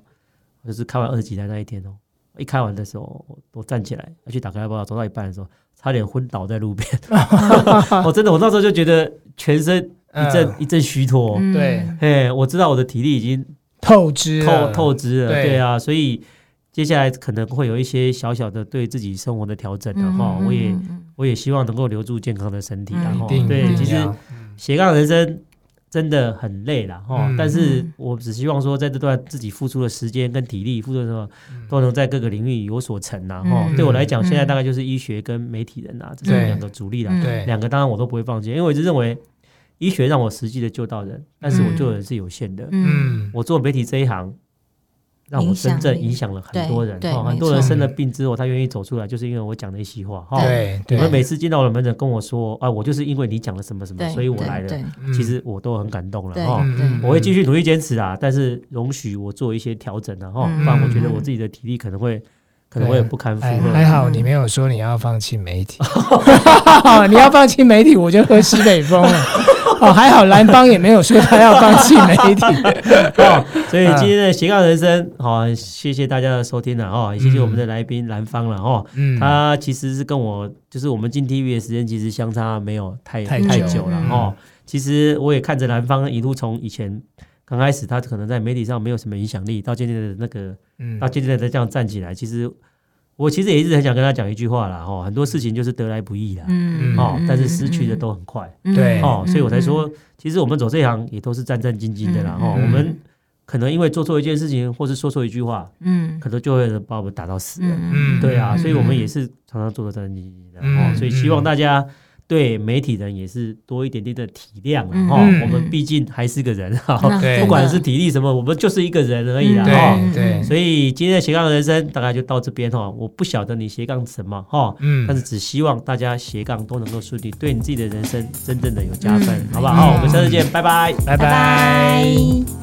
S2: 就是开完二十几台那一天哦，一开完的时候，我我站起来要去打开包包，走到一半的时候，差点昏倒在路边， 我真的，我那时候就觉得全身一阵、一阵虚脱，哦
S1: 嗯
S3: 对
S2: 嘿，我知道我的体力已经
S3: 透支
S2: 透
S3: 了
S2: 透支了，
S3: 啊对
S2: 对啊，所以接下来可能会有一些小小的对自己生活的调整
S1: 嗯
S2: 然后
S3: 嗯
S2: 我也我也希望能够留住健康的身体然
S1: 嗯
S2: 后
S3: 一定
S2: 对，
S3: 一
S2: 其
S3: 定
S2: 实
S3: 要
S2: 斜杠人生真的很累啦，哈、
S3: 嗯
S2: 但是我只希望说，在这段自己付出的时间跟体力，付出的什么，都能在各个领域有所成呐、哈、
S1: 嗯
S2: 对我来讲，
S1: 嗯
S2: 现在大概就是医学跟媒体人啊，这是
S3: 对
S2: 两个主力啦。
S1: 嗯
S3: 对
S2: 两个当然我都不会放弃，因为我一直认为医学让我实际的救到人，但是我
S1: 嗯
S2: 救人是有限的。
S1: 嗯
S3: 嗯
S2: 我做媒体这一行，让我真正影响了很多人
S1: 影响力对
S2: 哈、
S1: 对
S2: 很多人
S1: 没错
S2: 生了病之后，他愿意走出来，就是因为我讲那些话哈。
S3: 对
S2: 哦你
S3: 对
S2: 们每次进到我的门诊跟我说啊，我就是因为你讲了什么什么，
S1: 对，
S2: 所以我来了。
S1: 对
S3: 嗯
S2: 其实我都很感动了
S1: 对
S2: 哈。
S1: 嗯
S2: 我会继续努力坚持啊，但是容许我做一些调整啊哈，
S1: 嗯
S2: 不然我觉得我自己的体力可能会可能会不堪负
S3: 哎，
S2: 荷。
S3: 还好你没有说你要放弃 媒体， 你要放弃媒体，我就喝西北风了。哦，还好蓝邦也没有说他要放弃媒 体。
S2: 所
S3: 嗯
S2: 以今天的斜杠人生，好，谢谢大家的收听了哈，也谢谢我们的来宾兰芳了哈。
S3: 嗯，
S2: 他其实是跟我，就是我们进 TV 的时间其实相差没有太
S3: 太
S2: 太
S3: 久
S2: 久了
S1: 嗯
S2: 哈。其实我也看着兰芳一路从以前刚开始，他可能在媒体上没有什么影响力，到渐渐的那个
S3: 嗯
S2: 到现在才这样站起来，其实我其实也一直很想跟他讲一句话啦，哦，很多事情就是得来不易啦，
S1: 嗯
S2: 哦，但是失去的都很快，
S3: 嗯
S2: 哦，所以我才说，其实我们走这一行也都是战战兢兢的啦，
S1: 嗯
S2: 哦，
S3: 嗯
S2: 我们可能因为做错一件事情，或是说错一句话，
S1: 嗯
S2: 可能就会把我们打到死了，
S1: 嗯
S2: 对啊，所以我们也是常常做的战战兢兢的，哦，
S3: 嗯
S2: 所以希望大家。对媒体人也是多一点点的体谅了哈，
S3: 嗯
S2: 我们毕竟还是个人
S1: 嗯
S2: 哈，
S3: 对
S2: 哦不管是体力什么，我们就是一个人而已啦哦
S3: 嗯对
S2: 哈。
S1: 嗯
S3: 对
S2: 所以今天的斜杠人生大概就到这边哈、我不晓得你斜杠什么哈、
S3: 嗯
S2: 但是只希望大家斜杠都能够顺利，对你自己的人生真正的有加分，
S1: 嗯
S2: 好不好？
S1: 没
S2: 好，
S1: 错
S2: 我们下次见，拜拜。
S3: 拜
S1: 拜拜。